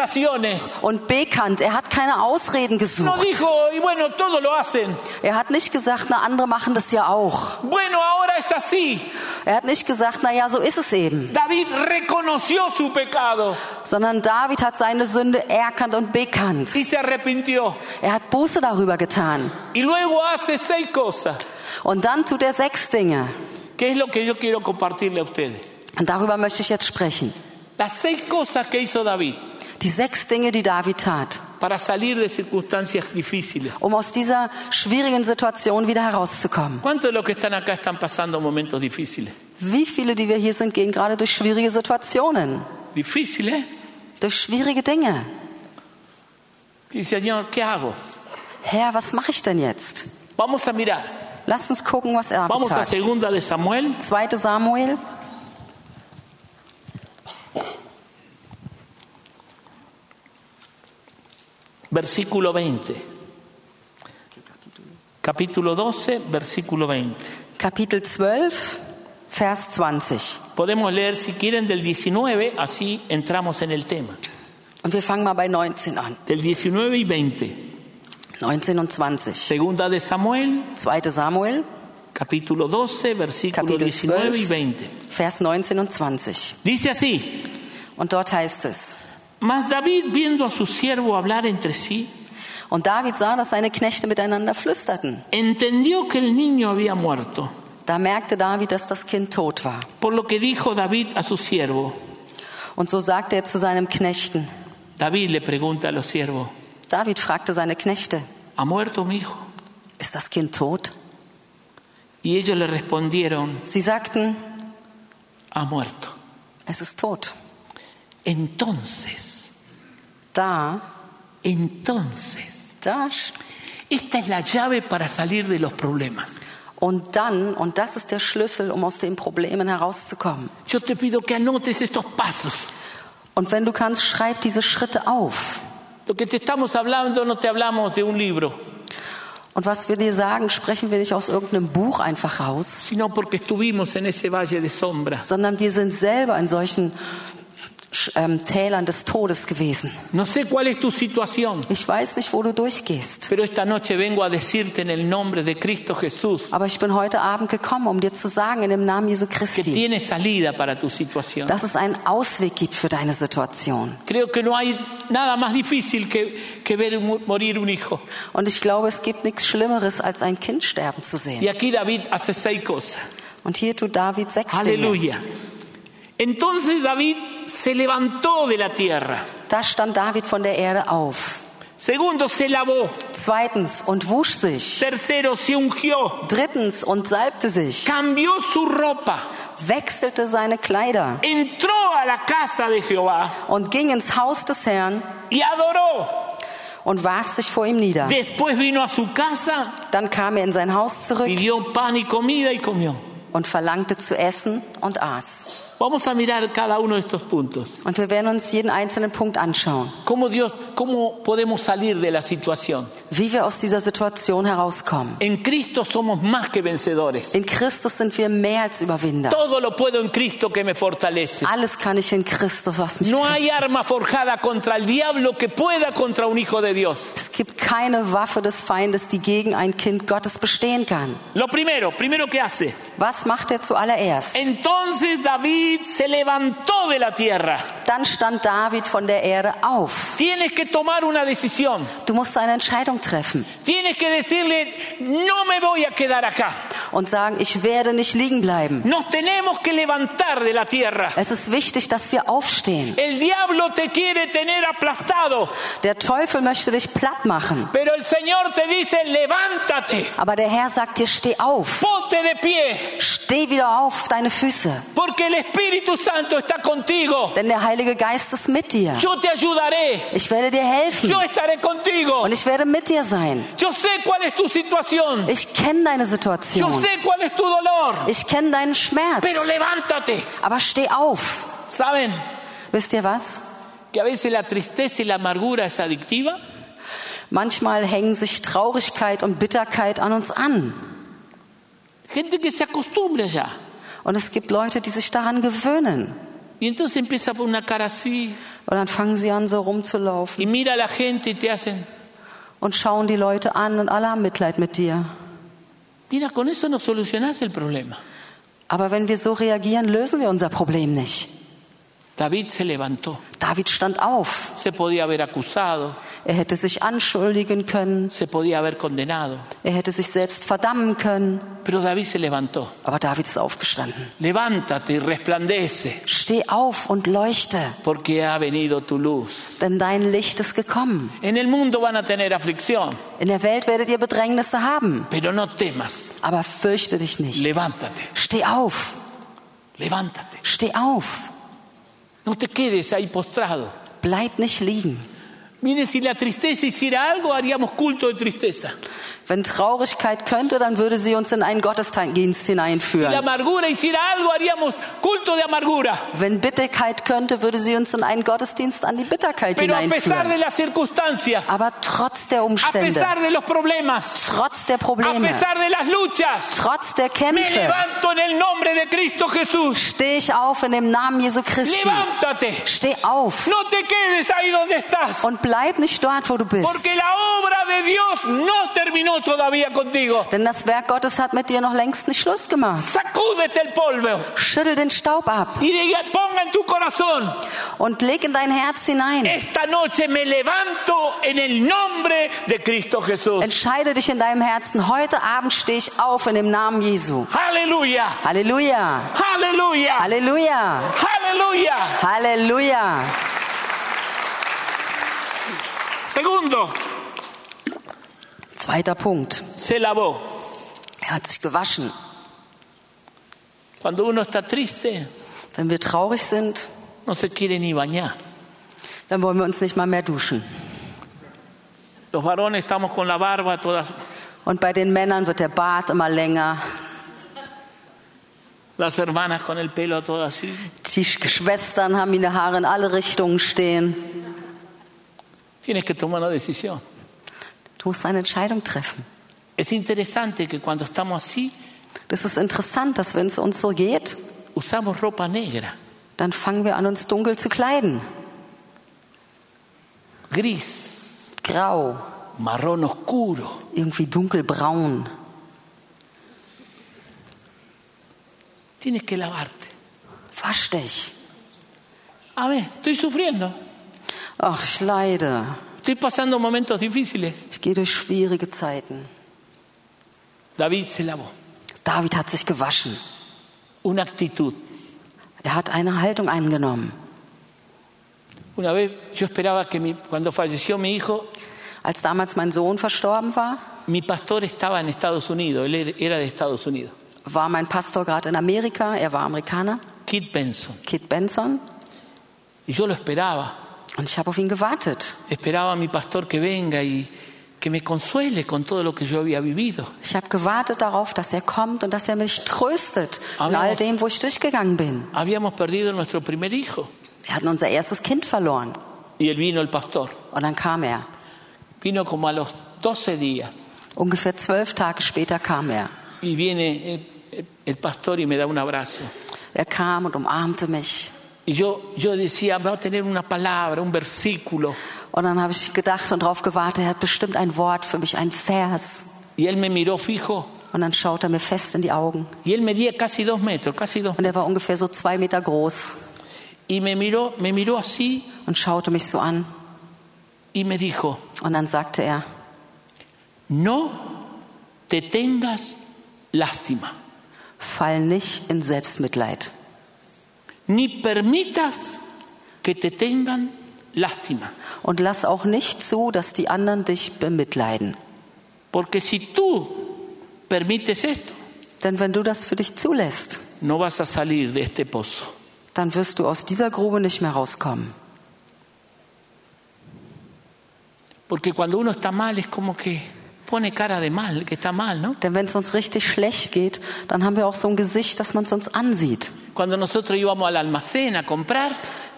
argumentaciones. und bekannt. Er hat keine Ausreden No gesucht. dijo, y bueno, todo lo hacen. Er hat nicht gesagt, na andere machen das ja auch. Bueno, ahora es así. Er hat nicht gesagt, na ja, so ist es eben. David reconoció su pecado Sondern David hat seine Sünde erkannt und bekannt. y se arrepintió. Er hat Buße darüber getan. Y luego hace seis cosas, Und dann tut er sechs Dinge. que es lo que yo quiero compartirle a ustedes. Und darüber möchte ich jetzt sprechen. Las seis cosas que hizo David Die sechs Dinge, die David tat, para salir de circunstancias difíciles. um aus dieser schwierigen Situation wieder herauszukommen. ¿Cuántos de los que están acá están pasando momentos difíciles? Wie viele, die wir hier sind, gehen gerade durch schwierige Situationen, Difíciles. ¿eh? durch schwierige Dinge. Y Señor, ¿qué hago? Herr, was mache ich denn jetzt? Vamos a mirar. Lass uns gucken, was er Vamos a tat. segunda de Samuel, 2. Samuel, versículo 20. Capítulo 12, versículo 20. Kapitel 12, Vers 20. Podemos leer, si quieren, del 19, así entramos en el tema. Und wir fangen mal bei 19 an. Del 19 y 20. 19 und 20. Segunda de Samuel, 2. Samuel, capítulo 12, versículo Capítulo 19 y 12. 20. Vers 19 und 20. Dice así, Und dort heißt es, mas David viendo a su siervo hablar entre sí, und David sah, dass seine Knechte miteinander flüsterten. entendió que el niño había muerto, Da merkte David, dass das Kind tot war. por lo que dijo David a su siervo. Und so sagte er zu seinem Knechten, David le pregunta a los siervos, David fragte seine Knechte, ¿ha muerto mi hijo? ist das Kind tot? Y ellos le respondieron, Sie sagten, ha muerto. es ist tot. Entonces, Da, entonces, da. esta es la llave para salir de los problemas. Und dann, und das ist der Schlüssel, um aus den Problemen herauszukommen. Yo te pido que anotes estos pasos. Und wenn du kannst, schreib diese Schritte auf. Lo que te estamos hablando no te hablamos de un libro, Und was wir dir sagen, sprechen wir nicht aus irgendeinem Buch einfach raus, sino porque estuvimos en ese valle de sombras. sondern wir sind selber in solchen Sch- ähm, Tälern des Todes gewesen. No sé cuál es tu situación, Ich weiß nicht, wo du durchgehst. pero esta noche vengo a decirte en el nombre de Cristo Jesús Aber ich bin heute Abend gekommen, um dir zu sagen, in dem Namen Jesu que Christi, tiene salida para tu situación. dass es einen Ausweg gibt für deine Situation. Creo que no hay nada más difícil que, que ver mu- morir un hijo. Und ich glaube, es gibt nichts Schlimmeres, als ein Kind sterben zu Y sehen. aquí David hace seis cosas. Und hier tut David sechs Dinge. Aleluya. Entonces David se levantó de la tierra. Da stand David von der Erde auf. Segundo, se lavó. Zweitens, und wusch sich. Tercero, se ungió. Drittens, und salbte sich. Cambió su ropa. Wechselte seine Kleider Entró a la casa de Jehová und ging ins Haus des Herrn y adoró. und warf sich vor ihm nieder. Después vino a su casa, Dann kam er in sein Haus zurück pidió pan y comida y comió. und verlangte zu essen und aß. Vamos a mirar cada uno de estos puntos. Und wir werden uns jeden einzelnen Punkt anschauen, ¿Cómo Dios, cómo podemos salir de la situación? wie wir aus dieser Situation herauskommen. En Cristo somos más que vencedores. In Christus sind wir mehr als Überwinder. Todo lo puedo en Cristo que me fortalece. Alles kann ich in Christus, was mich No kräftigt. hay arma forjada contra el diablo que pueda contra un hijo de Dios. Es gibt keine Waffe des Feindes, die gegen ein Kind Gottes bestehen kann. Lo primero, primero que hace. Was macht er zuallererst? Entonces David se levantó de la tierra. Dann stand David von der Erde auf. Tienes que tomar una decisión. Du musst eine Entscheidung treffen Tienes que decirle, no me voy a quedar acá. und sagen, ich werde nicht liegen bleiben. Nos tenemos que levantar de la tierra. Es ist wichtig, dass wir aufstehen. El diablo te quiere tener aplastado, Der Teufel möchte dich platt machen. pero el Señor te dice, levántate, Aber der Herr sagt dir, steh auf. ponte de pie, Steh wieder auf deine Füße. porque el Espíritu Santo está contigo. Denn der Heilige Geist ist mit dir. Yo te ayudaré, Ich werde dir helfen. yo estaré contigo. Und ich werde mit dir sein. Yo sé cuál es tu situación. Ich kenne deine Yo Situation. sé cuál es tu dolor. Ich kenne deinen Schmerz. Pero levántate. Aber steh auf. ¿Saben Wisst ihr was? que a veces la tristeza y la amargura es adictiva? Manchmal hängen sich Traurigkeit und Bitterkeit an uns an. Gente que se acostumbra ya. Und es gibt Leute, die sich daran gewöhnen. Y entonces empieza por una cara así Und dann fangen sie an, so rumzulaufen y mira a la gente y te hacen, und schauen die Leute an und alle haben Mitleid mit dir. mira, con eso no solucionás el problema. Aber wenn wir so reagieren, lösen wir unser Problem nicht. David se levantó. David stand auf. Se podía haber acusado, Er hätte sich anschuldigen können. se podía haber condenado, Er hätte sich selbst verdammen können. pero David se levantó. Aber David ist aufgestanden. Levántate y resplandece, Steh auf und leuchte, porque ha venido tu luz. denn dein Licht ist gekommen. En el mundo van a tener aflicción, In der Welt werdet ihr Bedrängnisse haben. pero no temas. Aber fürchte dich nicht. Levántate, Steh auf. levántate. Steh auf. No te quedes ahí postrado. Bleib nicht liegen. Mire, si la tristeza hiciera algo, haríamos culto de tristeza. Wenn Traurigkeit könnte, dann würde sie uns in einen Gottesdienst Si la hineinführen. amargura hiciera algo, haríamos culto de amargura. Wenn Bitterkeit könnte, würde sie uns in einen Gottesdienst an die Bitterkeit Pero a pesar hineinführen. de las circunstancias, Aber trotz der a Umstände, pesar de los problemas, trotz der a Probleme, pesar de las luchas, trotz der me Kämpfe, levanto en el nombre de Cristo Jesús. stehe ich auf in dem Namen Jesu Christi. Levántate. Steh auf No te quedes ahí donde estás. und bleib nicht dort, wo du bist. Porque la obra de Dios no terminó todavía contigo. Denn das Werk Gottes hat mit dir noch längst nicht Schluss gemacht. Sacúdete el polvo Schüttel den Staub ab y diga, ponga en tu corazón, und leg in dein Herz hinein. esta noche me levanto en el nombre de Cristo Jesús. Entscheide dich in deinem Herzen. Heute Abend stehe ich auf in dem Namen Jesu. Aleluya, Halleluja. aleluya, Halleluja! aleluya. Halleluja! Segundo, Zweiter Punkt. se lavó. Er hat sich gewaschen. Cuando uno está triste, Wenn wir traurig sind, no se quiere ni bañar. dann wollen wir uns nicht mal mehr duschen. Los varones estamos con la barba todas Und bei den Männern wird der Bart immer länger, Las hermanas con el pelo todo así. die Schwestern haben ihre Haare in alle Richtungen stehen. Tienes que tomar una decisión. Du musst eine Entscheidung treffen. Es interesante que cuando estamos así Das ist interessant, dass wenn es uns so geht, usamos ropa negra. dann fangen wir an, uns dunkel zu kleiden. gris, Grau, marrón oscuro. irgendwie dunkelbraun. Tienes que lavarte. Wasch dich. A ver, estoy sufriendo. Ach, ich leide. Estoy pasando momentos difíciles. Ich gehe durch schwierige Zeiten. David se lavó. David hat sich gewaschen. Una actitud. Er hat eine Haltung angenommen. Una vez yo esperaba que mi- cuando falleció mi hijo, Als damals mein Sohn verstorben war, mi pastor estaba en Estados Unidos. Él er- era de Estados Unidos. war mein Pastor gerade in Amerika. Er war Amerikaner, Kit Benson. Kit Benson. Y yo lo esperaba. Und ich habe auf ihn gewartet. Esperaba a mi pastor que venga y que me consuele con todo lo que yo había vivido. Ich habe gewartet darauf, dass er kommt und dass er mich tröstet in Amen. all dem, wo ich durchgegangen bin. Habíamos perdido nuestro primer hijo. Wir hatten unser erstes Kind verloren. Y él vino el pastor. Und dann kam er. Vino como a los 12 días. Ungefähr zwölf Tage später kam er. Y viene el- el- el pastor y me da un abrazo. Er kam und umarmte mich. Y yo, yo decía, va a tener una palabra, un versículo. Und dann habe ich gedacht und darauf gewartet, er hat bestimmt ein Wort für mich, ein Vers. Y él me miró fijo. Und dann schaut er mir fest in die Augen. Y él medía casi dos metros, casi dos. Und er war ungefähr so zwei Meter groß Y me miró, me miró así und schaute mich so an. y me dijo, Und dann sagte er, no te tengas lástima, fall nicht in Selbstmitleid. ni permitas que te tengan lástima. Und lass auch nicht zu, dass die anderen dich bemitleiden. Porque si tú permites esto, Denn wenn du das für dich zulässt, no vas a salir de este pozo. dann wirst du aus dieser Grube nicht mehr rauskommen. Porque cuando uno está mal es como que pone cara de mal, que está mal, ¿no? Denn wenn es uns richtig schlecht geht, dann haben wir auch so ein Gesicht, dass man es uns ansieht. Cuando nosotros íbamos al almacén a comprar,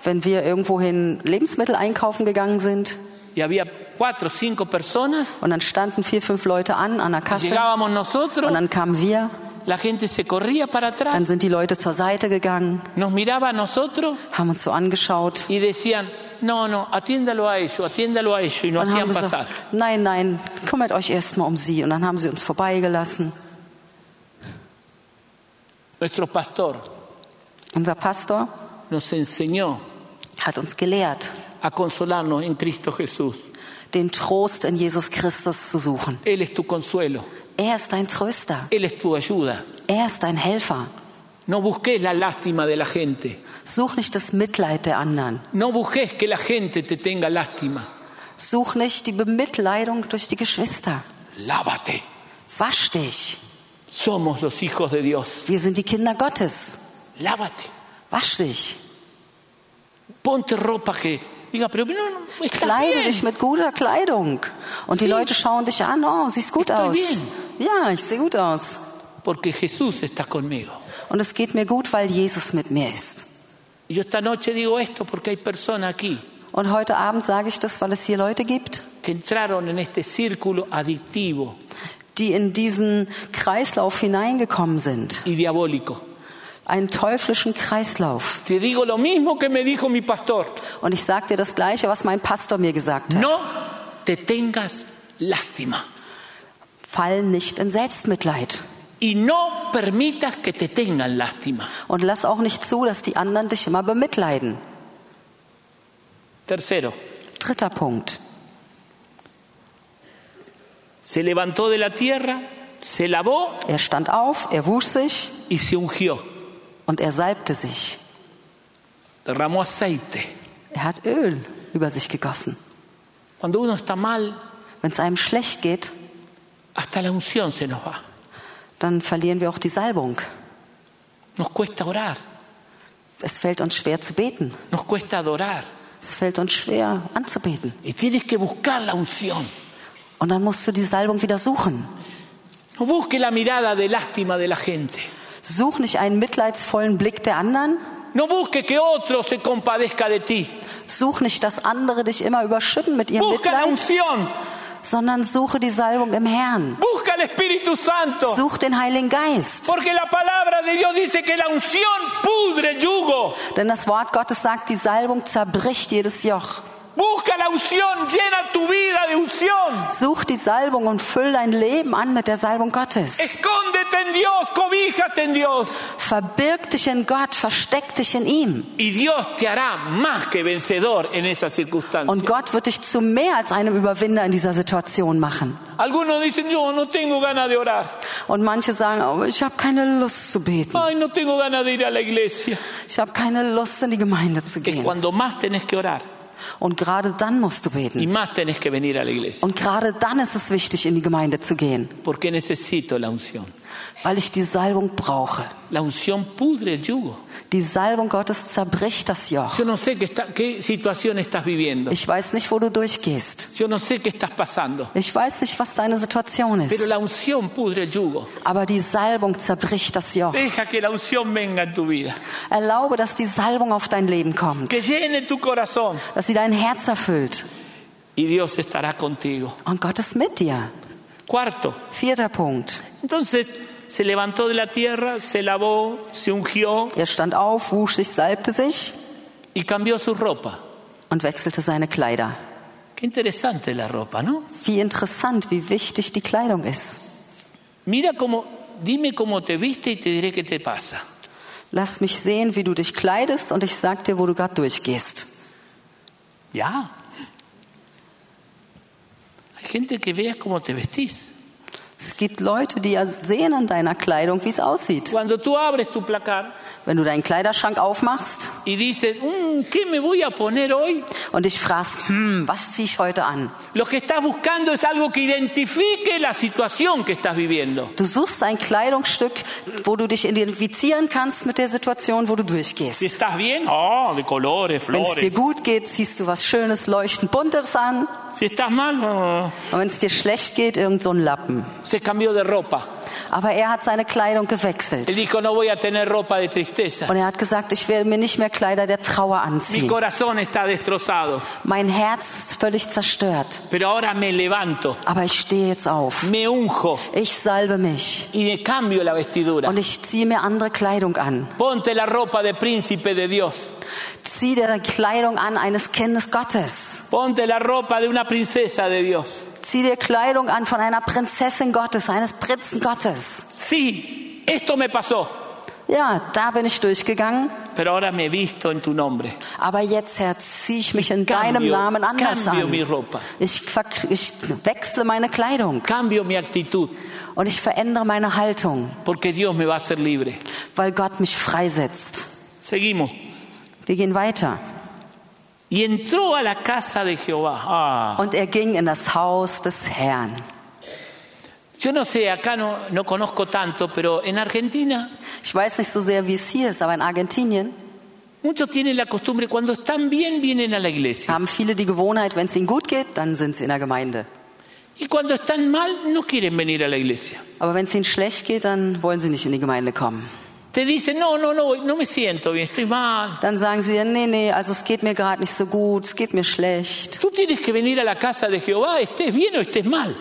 Wenn wir irgendwohin Lebensmittel einkaufen gegangen sind y había cuatro o cinco personas. und dann standen vier, fünf Leute an, an der Kasse Llegábamos und nosotros, dann kamen wir, la gente se corría para dann atrás, sind die Leute zur Seite gegangen, nos miraba a nosotros haben uns so angeschaut y decían, no, no, atiéndalo a ellos, atiéndalo a ellos, y nos und hacían haben gesagt, pasar. nein, nein, kümmert euch erstmal um sie. Und dann haben sie uns vorbeigelassen. Nuestro pastor Unser Pastor nos enseñó hat uns gelehrt, a consolarnos en Cristo Jesús. den Trost in Jesus Christus zu suchen. Él es tu consuelo, Er ist dein Tröster. Él es tu ayuda. Er ist dein Helfer. No busques la lástima de la gente, Such nicht das Mitleid der anderen. no busques que la gente te tenga lástima. Such nicht die Bemitleidung durch die Geschwister. Lávate, Wasch dich. somos los hijos de Dios. Wir sind die Kinder Gottes. Lávate. Wasch dich. Ponte ropa que diga, pero no, no, está Kleide bien. dich mit guter Kleidung. Und die Sie- Leute schauen dich an. Oh, siehst gut Estoy aus. bien. Ja, ich sehe gut aus. porque Jesús está conmigo. Und es geht mir gut, weil Jesus mit mir ist. Y yo esta noche digo esto porque hay personas aquí Und heute Abend sage ich das, weil es hier Leute gibt, que entraron en este círculo adictivo die in diesen Kreislauf hineingekommen sind. y diabólico. Einen teuflischen Kreislauf. Te digo lo mismo que me dijo mi pastor, Und ich sage dir das Gleiche, was mein Pastor mir gesagt hat. no te tengas lástima Fall nicht in Selbstmitleid. y no permitas que te tengan lástima. Und lass auch nicht zu, dass die anderen dich immer bemitleiden. Tercero, Dritter Punkt. se levantó de la tierra, se lavó Er stand auf, er wusch sich y se ungió, und er salbte sich. derramó aceite. Er hat Öl über sich gegossen. Cuando uno está mal, Wenn es einem schlecht geht, hasta la unción se nos va. dann verlieren wir auch die Salbung. Nos cuesta orar, Es fällt uns schwer zu beten. nos cuesta adorar. Es fällt uns schwer anzubeten. Y tienes que buscar la unción. Und dann musst du die Salbung wieder suchen. No busque la mirada de lástima de la gente. Such nicht einen mitleidsvollen Blick der anderen. No busque que otro se compadezca de ti. Such nicht, dass andere dich immer überschütten mit ihrem Busca la Mitleid, unción. sondern suche die Salbung im Herrn. Busca el Espíritu Santo. Such den Heiligen Geist. Porque la palabra de Dios dice que la unción sacudre el yugo, Denn das Wort Gottes sagt, die Salbung zerbricht jedes Joch. busca la unción, llena tu vida de unción, Such die Salbung und füll dein Leben an mit der Salbung Gottes. escóndete en Dios, cobíjate en Dios Verbirg dich in Gott, versteck dich in ihm. y Dios te hará más que vencedor en esa circunstancia. Und Gott wird dich zu mehr als einem Überwinder in dieser Situation machen. Algunos dicen, yo no tengo ganas de orar, Und manche sagen, oh, ich habe keine Lust zu beten. ay, no tengo ganas de ir a la iglesia. Ich habe keine Lust, in die Gemeinde zu Es gehen. cuando más tenés que orar Und gerade dann musst du y beten. más tenés que venir a la iglesia, Und gerade dann ist es wichtig, in die Gemeinde zu gehen, porque necesito la unción. weil ich die Salbung brauche. La unción pudre el yugo. Die Salbung Gottes zerbricht das Joch. Yo no sé qué, está- qué situación estás viviendo. Ich weiß nicht, wo du durchgehst. Yo no sé qué estás pasando. Ich weiß nicht, was deine Situation Pero ist. la unción pudre el yugo. Aber die Salbung zerbricht das Joch. Deja que la unción venga en tu vida. Erlaube, dass die Salbung auf dein Leben kommt, Que llene tu corazón. dass sie dein Herz erfüllt. Y Dios estará contigo. Und Gott ist mit dir. Cuarto. Vierter Punkt. Entonces se levantó de la tierra, se lavó, se ungió Er stand auf, wusch sich, salbte sich y cambió su ropa. und wechselte seine Kleider. Qué interesante la ropa, ¿no? Wie interessant, wie wichtig die Kleidung ist. Mira cómo, dime cómo te viste y te diré qué te pasa. Lass mich sehen, wie du dich kleidest und ich sag dir, wo du gerade durchgehst. Ya. Hay gente que vea cómo te vestís. Es gibt Leute, die ja sehen an deiner Kleidung, wie es aussieht. Cuando tú abres tu placar Wenn du deinen Kleiderschrank aufmachst y dices, "Mm, ¿qué me voy a poner hoy? und dich fragst, hm, was ziehe ich heute an? Lo que estás buscando es algo que identifique la situación que estás viviendo. Du suchst ein Kleidungsstück, wo du dich identifizieren kannst mit der Situation, wo du Si durchgehst. estás bien, ah, de colores, Wenn es dir flores. gut geht, ziehst du was Schönes, leuchtend Buntes an. Si estás mal, ah, Und wenn es dir schlecht geht, irgend so ein Lappen. se cambió de ropa. Aber er hat seine Kleidung Él gewechselt. dijo, no voy a tener ropa de tristeza. Und er hat gesagt, ich werde mir nicht mehr Kleider der Trauer Mi anziehen. corazón está destrozado, Mein Herz ist völlig zerstört. pero ahora me levanto, Aber ich stehe jetzt auf. me unjo Ich salbe mich. y me cambio la vestidura. Und ich ziehe mir andere Kleidung an. Ponte la ropa de príncipe de Dios. Zieh dir die Kleidung an eines Kindes Gottes. Ponte la ropa de una princesa de Dios. Zieh dir Kleidung an von einer Prinzessin Gottes, eines Prinzen Gottes. Sí, esto me pasó, Ja, da bin ich durchgegangen. pero ahora me he visto en tu nombre. Aber jetzt, Herr, ziehe ich mich in deinem Cambio, Namen anders cambio mi an. ropa, Ich, verk- ich wechsle meine Kleidung cambio mi actitud, und ich verändere meine Haltung, porque Dios me va a hacer libre. weil Gott mich freisetzt. Seguimos. Wir gehen weiter. Y entró a la casa de Jehová. Ah. Und er ging in das Haus des Herrn. Yo no sé, acá no, no conozco tanto, pero en Argentina Ich weiß nicht so sehr, wie es hier ist, aber in Argentinien Muchos tienen la costumbre, cuando están bien, vienen a la iglesia. haben viele die Gewohnheit, wenn es ihnen gut geht, dann sind sie in der Gemeinde. Y cuando están mal, no quieren venir a la iglesia. Aber wenn es ihnen schlecht geht, dann wollen sie nicht in die Gemeinde kommen. Te dicen, no, no, no, no me siento bien, estoy mal. Dann sagen sie, nee, nee, also es geht mir gerade nicht so gut, es geht mir schlecht. Tú tienes que venir a la casa de Jehová, estés bien o estés mal.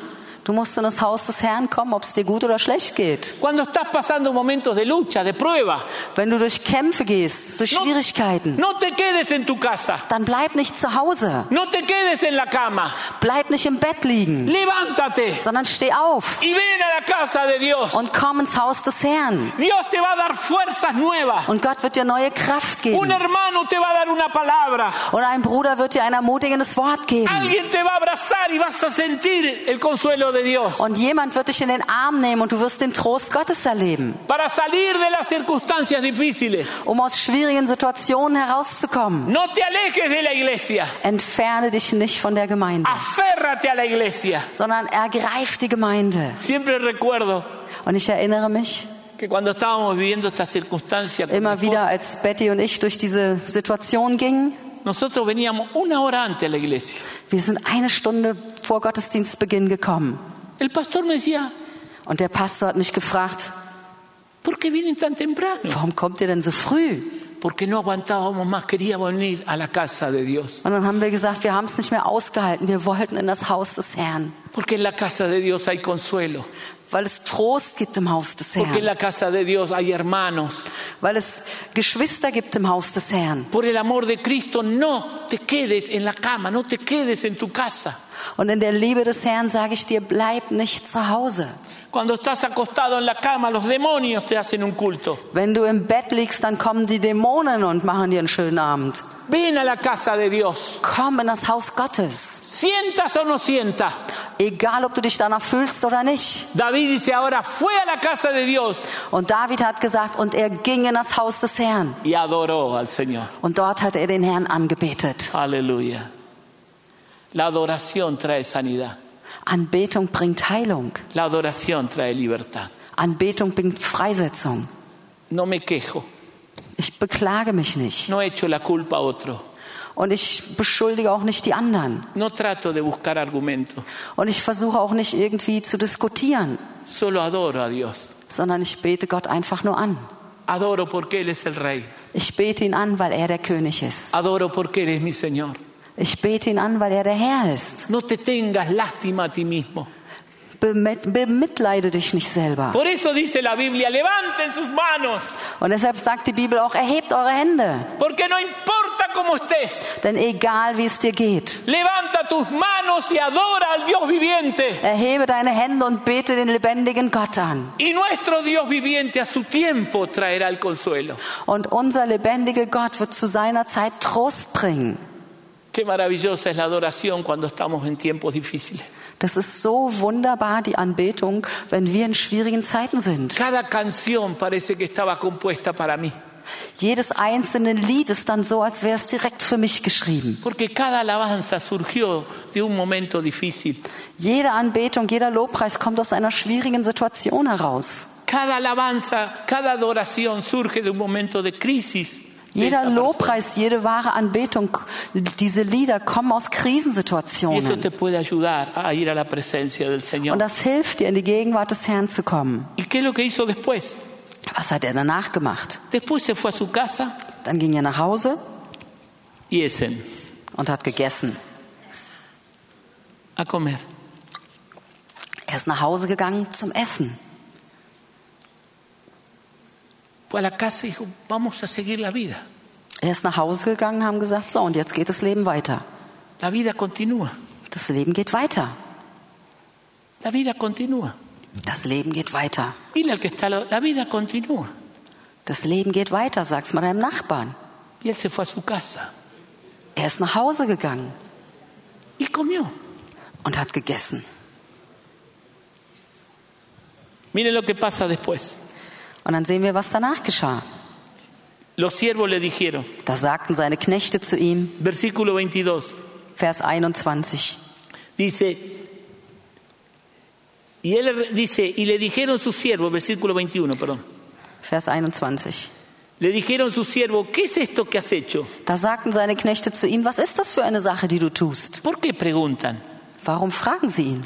Du musst in das Haus des Herrn kommen, ob es dir gut oder schlecht geht. Cuando estás pasando momentos de lucha, de prueba, Wenn du durch Kämpfe gehst, durch No- Schwierigkeiten, no te quedes en tu casa, dann bleib nicht zu Hause, no te quedes en la cama, bleib nicht im Bett liegen, levántate sondern steh auf y ven a la casa de Dios. und komm ins Haus des Herrn. Dios te va a dar fuerzas nuevas. Und Gott wird dir neue Kraft Un geben. hermano te va a dar una palabra. Und ein Bruder wird dir ein ermutigendes Wort geben. Alguien te va a abrazar y vas a sentir el consuelo de Dios. Und jemand wird dich in den Arm nehmen und du wirst den Trost Gottes erleben, para salir de las circunstancias difíciles. um aus schwierigen Situationen herauszukommen. No te alejes de la iglesia, Entferne dich nicht von der Gemeinde, aférrate a la iglesia. sondern ergreif die Gemeinde. Siempre recuerdo Und ich erinnere mich que cuando estábamos viviendo esta circunstancia, con immer mi esposa, wieder, als Betty und ich durch diese Situation gingen, nosotros veníamos una hora antes a la iglesia. wir sind eine Stunde vor Gottesdienstbeginn gekommen. El pastor me decía, Und der Pastor hat mich gefragt, ¿por qué vienen tan temprano? warum kommt ihr denn so früh? Porque no aguantábamos más, queríamos venir a la casa de Dios. Und dann haben wir gesagt, wir haben es nicht mehr ausgehalten, wir wollten in das Haus des Herrn. Porque en la casa de Dios hay consuelo, weil es Trost gibt im Haus des Porque en Herrn, la casa de Dios hay hermanos. weil es Geschwister gibt im Haus des Herrn. Por el amor de Cristo, no te quedes en la cama, no te quedes en tu casa. Und in der Liebe des Herrn sage ich dir, bleib nicht zu Hause. Cuando estás acostado en la cama, los demonios te hacen un culto. Wenn du im Bett liegst, dann kommen die Dämonen und machen dir einen schönen Abend. Ven a la casa de Dios. Komm in das Haus Gottes. Sientas o no sientas. Egal, ob du dich danach fühlst oder nicht. David dice ahora, fue a la casa de Dios Und David hat gesagt, und er ging in das Haus des Herrn. y adoró al Señor. Und dort hat er den Herrn angebetet. Aleluya. La adoración trae sanidad. Anbetung bringt Heilung. La adoración trae libertad. Anbetung bringt Freisetzung. No me quejo. Ich beklage mich nicht. No echo la culpa a otro. Und ich beschuldige auch nicht die anderen. No trato de buscar argumentos. Und ich versuche auch nicht irgendwie zu diskutieren, Solo adoro a Dios. sondern ich bete Gott einfach nur an. Adoro porque Él es el Rey. Ich bete ihn an, weil er der König ist. Adoro porque Él es mi Señor. Ich bete ihn an, weil er der Herr ist. No te tengas lástima a ti mismo. Bemet- Bemitleide dich nicht selber. Por eso dice la Biblia, levanten sus manos, Und deshalb sagt die Bibel auch, erhebt eure Hände. porque no importa cómo estés, Denn egal wie es dir geht, levanta tus manos y adora al Dios viviente. erhebe deine Hände und bete den lebendigen Gott an. Y nuestro Dios viviente a su tiempo traerá el consuelo. Und unser lebendiger Gott wird zu seiner Zeit Trost bringen. Qué maravillosa es la adoración cuando estamos en tiempos difíciles. Das ist so wunderbar, die Anbetung, wenn wir in schwierigen Zeiten sind. Cada canción parece que estaba compuesta para mí, Jedes einzelne Lied ist dann so, als wäre es direkt für mich geschrieben. porque cada alabanza surgió de un momento difícil. Jede Anbetung, jeder Lobpreis kommt aus einer schwierigen Situation heraus. Cada alabanza, cada adoración surge de un momento de crisis. de Jeder esa persona. Lobpreis, jede wahre Anbetung, diese Lieder kommen aus Y eso Krisensituationen. te puede ayudar a ir a la presencia del Und Señor. das hilft dir, in die Gegenwart des Herrn zu kommen. ¿Y qué es lo que hizo después? Was hat er danach gemacht? Después se fue a su casa Dann ging er nach Hause y Esen und hat gegessen. a comer. Er ist nach Hause gegangen zum Essen. Fue a la casa y dijo, vamos a seguir la vida. Er ist nach Hause gegangen, haben gesagt, so, und jetzt geht das Leben weiter. La vida continúa, Das Leben geht weiter. la vida continúa. Das Leben geht weiter. Dile al que está, al lado, la vida continúa. Das Leben geht weiter, sag's mal deinem Nachbarn. Y él se fue a su casa Er ist nach Hause gegangen y comió. und hat gegessen. Miren lo que pasa después. Und dann sehen wir, was danach geschah. Los siervos le dijeron, Da sagten seine Knechte zu ihm, versículo 22, Vers 21. Dice, y él le- dice, y le dijeron sus siervos, versículo 21, perdón. Vers 21. Le dijeron sus siervos, ¿qué es esto que has hecho? Da sagten seine Knechte zu ihm, was ist das für eine Sache, die du tust? ¿Por qué preguntan? Warum fragen sie ihn?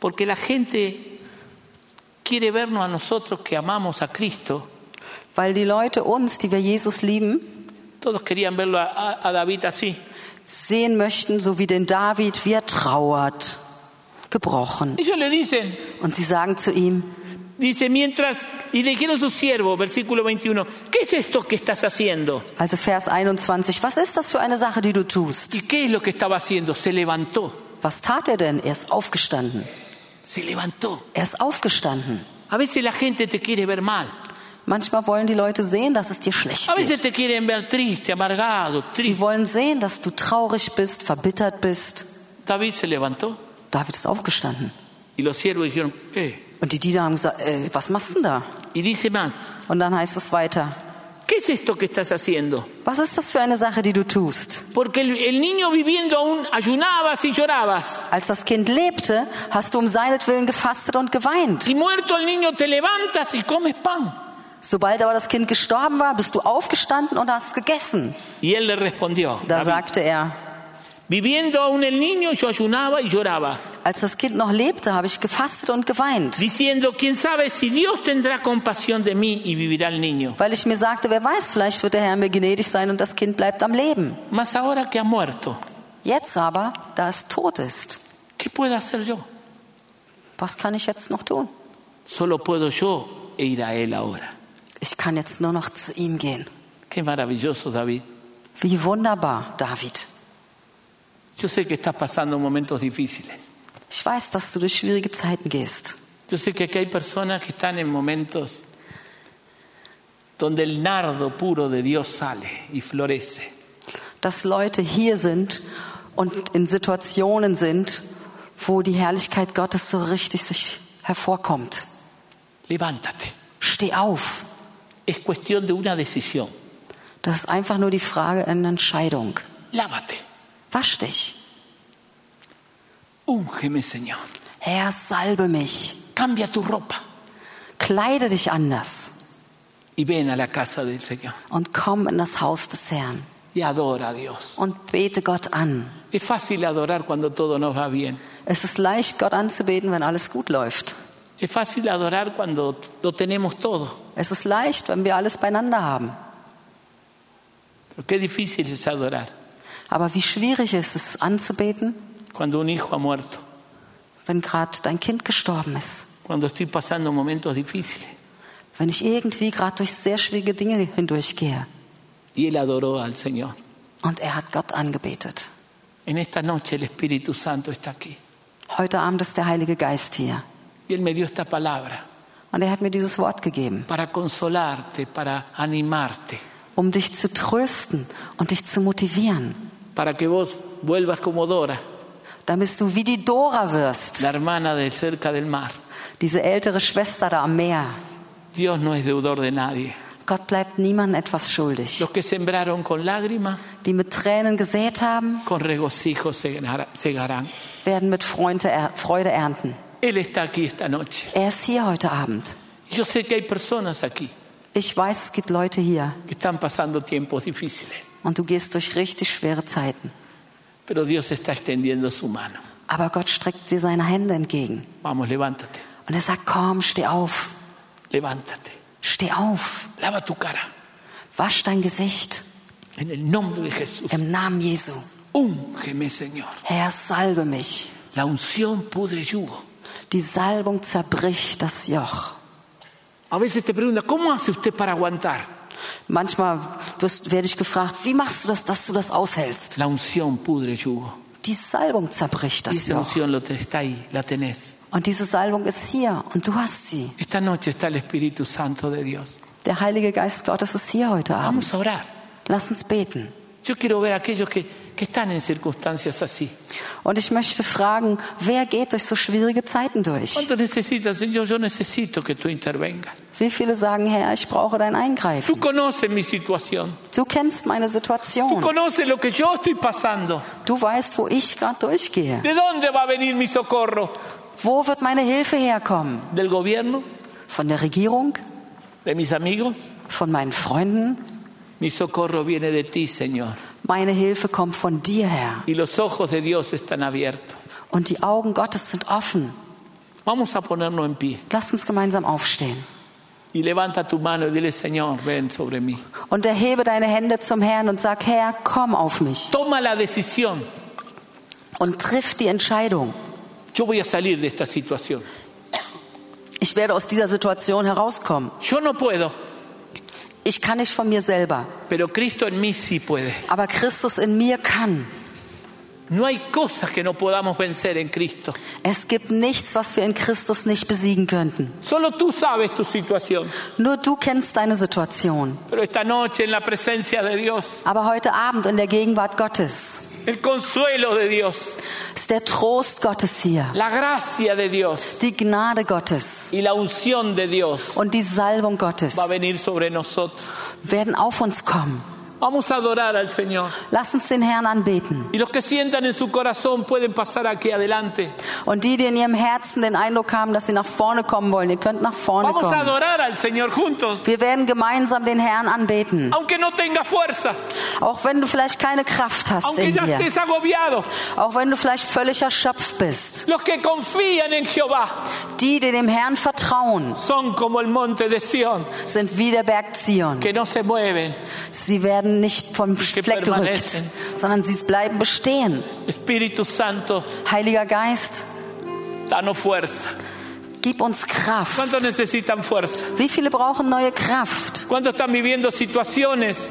Porque la gente quiere vernos a nosotros que amamos a Cristo. Weil die Leute uns, die wir Jesus lieben, Todos querían verlo a, a- a David así. sehen möchten, so wie den David, wie er trauert, gebrochen. Ellos le dicen, Und sie sagen zu ihm, dice, mientras, y le dijeron sus siervos, versículo 21, ¿qué es esto que estás haciendo? also Vers 21, was ist das für eine Sache, die du tust? ¿Y qué es lo que estaba haciendo? Se levantó, Was tat er denn? Er ist aufgestanden. se levantó. Er ist aufgestanden. A veces la gente te quiere ver mal. Manchmal wollen die Leute sehen, dass es dir schlecht A geht. veces te quieren ver triste, amargado, Sie triste. wollen sehen, dass du traurig bist, verbittert bist. David se levantó David ist aufgestanden. y los siervos dijeron, eh. Und die Diener haben gesagt, äh, was machst denn da? Y dice más, Und dann heißt es weiter, ¿qué es esto que estás haciendo? was ist das für eine Sache, die du tust? Porque el, el niño viviendo aún ayunabas y llorabas. Als das Kind lebte, hast du um seinetwillen gefastet und geweint. Si muerto el niño te levantas y comes pan. Sobald aber das Kind gestorben war, bist du aufgestanden und hast gegessen. Y él le respondió, Da David, sagte er, viviendo aún el niño yo ayunaba y lloraba, als das Kind noch lebte, habe ich gefastet und geweint, diciendo, quién sabe si Dios tendrá compasión de mí y vivirá el niño. weil ich mir sagte, wer weiß, vielleicht wird der Herr mir gnädig sein und das Kind bleibt am Leben. Mas ahora que ha muerto, Jetzt aber, da es tot ist, ¿qué puedo hacer yo? was kann ich jetzt noch tun? Solo puedo yo e ir a Él ahora. Ich kann jetzt nur noch zu ihm gehen. Qué maravilloso, David. Wie wunderbar, David. Yo sé que estás pasando momentos difíciles. Ich weiß, dass du durch schwierige Zeiten gehst. Yo sé que aquí hay personas que están en momentos donde el nardo puro de Dios sale y florece. Dass Leute hier sind und in Situationen sind, wo die Herrlichkeit Gottes so richtig sich hervorkommt. Levántate. Steh auf. Es cuestión de una decisión. Das ist einfach nur die Frage einer Entscheidung. Lávate. Wasch dich. Úngeme, Señor. Herr, salbe mich. Cambia tu ropa Kleide dich anders y ven a la casa del Señor und komm in das Haus des Herrn y adora a Dios. und bete Gott an. Es fácil adorar cuando todo nos va bien. Es ist leicht, Gott anzubeten, wenn alles gut läuft. Es fácil adorar cuando lo tenemos todo. Es ist leicht, wenn wir alles beieinander haben. Pero qué difícil es adorar Aber wie schwierig ist es anzubeten, cuando un hijo ha muerto, wenn gerade dein Kind gestorben ist, cuando estoy pasando momentos difíciles. wenn ich irgendwie gerade durch sehr schwierige Dinge hindurchgehe. Y él adoró al Señor. Und er hat Gott angebetet. En esta noche el Espíritu Santo está aquí. Heute Abend ist der Heilige Geist hier. Y él me dio esta palabra Und er hat mir dieses Wort gegeben, para consolarte, para animarte, um dich zu trösten und dich zu motivieren, para que vos vuelvas como Dora, damit du wie die Dora wirst, la hermana de cerca del mar. diese ältere Schwester da am Meer. Dios no es deudor de nadie. Gott bleibt niemandem etwas schuldig. Los que sembraron con lágrimas, Die mit Tränen gesät haben, con regocijo segar- segarán. werden mit Freunde er Freude ernten. Él está aquí esta noche. Er ist hier heute Abend. Yo sé que hay personas aquí Ich weiß, es gibt Leute hier que están pasando tiempos difíciles, und du gehst durch richtig schwere Zeiten. pero Dios está extendiendo su mano. Aber Gott streckt dir seine Hände entgegen Vamos, levántate, und er sagt, komm, steh auf, levántate, steh auf, lava tu cara. wasch dein Gesicht En el nombre de Jesús, im Namen Jesu. úngeme, Señor. Herr, salbe mich. La unción pudre yugo. Die Salbung zerbricht das Joch. A veces te preguntan, ¿cómo hace usted para aguantar? Manchmal wirst, werde ich gefragt, wie machst du das, dass du das aushältst? La unción pudre yugo. Die Salbung zerbricht Y das esa Joch. unción lo te- está ahí, la tenés. Und diese Salbung ist hier und du hast sie. Esta noche está el Espíritu Santo de Dios. Der Heilige Geist Gottes ist hier heute Abend. Vamos a orar. Lass uns beten. Yo quiero ver a aquellos que, que están en circunstancias así. Und ich möchte fragen, wer geht durch so schwierige Zeiten durch? ¿Cuánto necesitas, Señor? Yo necesito que tú intervengas. Wie viele sagen, Herr, ich brauche dein Tú Eingreifen. conoces mi situación. Du kennst meine Tú Situation. conoces lo que yo estoy pasando. Du weißt, wo ich gerade durchgehe. ¿De dónde va a venir mi socorro? Wo wird meine Hilfe herkommen? ¿Del gobierno? Von der Regierung? ¿De mis amigos? Von meinen Freunden? Mi socorro viene de ti, Señor. Meine Hilfe kommt von dir her. Y los ojos de Dios están abiertos. Und die Augen Gottes sind offen. Vamos a ponernos en pie. Lass uns gemeinsam aufstehen. Y levanta tu mano y dile, Señor, ven sobre mí. Und erhebe deine Hände zum Herrn und sag, Herr, komm auf mich. Toma la decisión. Und triff die Entscheidung. Yo voy a salir de esta situación. Ich werde aus dieser Situation herauskommen. Yo no puedo, Ich kann nicht von mir selber. pero Cristo en mí sí puede. Aber Christus in mir kann. No hay cosas que no podamos vencer en Cristo. Es gibt nichts, was wir in Christus nicht besiegen könnten. Solo tú sabes tu situación. Nur du kennst deine Situation. Pero esta noche en la presencia de Dios, Aber heute Abend in der Gegenwart Gottes el consuelo de Dios, ist der Trost Gottes hier, la gracia de Dios die Gnade Gottes y la unción de Dios und die Salbung Gottes va a venir sobre nosotros. werden auf uns kommen. Vamos a adorar al Señor. Lass uns den Herrn anbeten. Y los que sientan en su corazón pueden pasar aquí adelante. Und die, die in ihrem Herzen den Eindruck haben, dass sie nach vorne kommen wollen, ihr könnt nach vorne Vamos a kommen. adorar al Señor juntos. Wir werden gemeinsam den Herrn anbeten. Aunque no tengas fuerzas, Auch wenn du vielleicht keine Kraft hast aunque in ya dir. estés agobiado, Auch wenn du vielleicht völlig erschöpft bist. los que confían en Jehová Die, die dem Herrn vertrauen, son como el monte de Sión, sind wie der Berg Zion. que no se mueven. Sie werden nicht vom Fleck gerückt, permanecen. sondern sie bleiben bestehen. Espíritu Santo, Heiliger Geist, danos fuerza. Gib uns Kraft. ¿Cuántos necesitan fuerza? Wie viele brauchen neue Kraft? ¿Cuántos están viviendo situaciones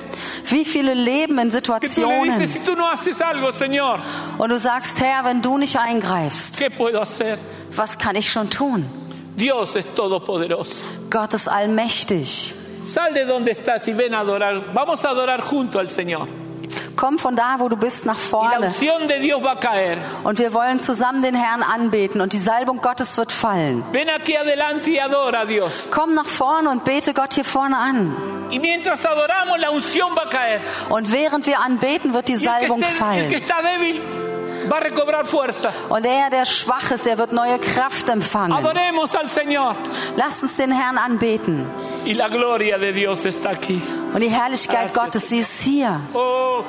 Wie viele leben in que tú le dices, Situationen, si tú no haces algo, Señor, und du sagst, Herr, wenn du nicht eingreifst, ¿qué puedo hacer? was kann ich schon tun? Dios es todopoderoso. Gott ist allmächtig. Sal de donde estás y ven a adorar. Vamos a adorar junto al Señor. Komm von da, wo du bist, nach Y la vorne. unción de Dios va a caer. Und wir wollen zusammen den Herrn anbeten und die Salbung Gottes wird fallen. Ven aquí adelante y adora a Dios. Komm nach vorne und bete Gott hier vorne an. Y mientras adoramos, la unción va a caer. Und während wir anbeten, wird die Y el que, Salbung esté- el que fallen. está débil va a recobrar fuerza. Und er, der schwach ist, er wird neue Kraft empfangen. Adoremos al Señor. Lasst uns den Herrn anbeten. Y la gloria de Dios está aquí. Und die Herrlichkeit Gracias. Gottes, sie ist hier. Oh,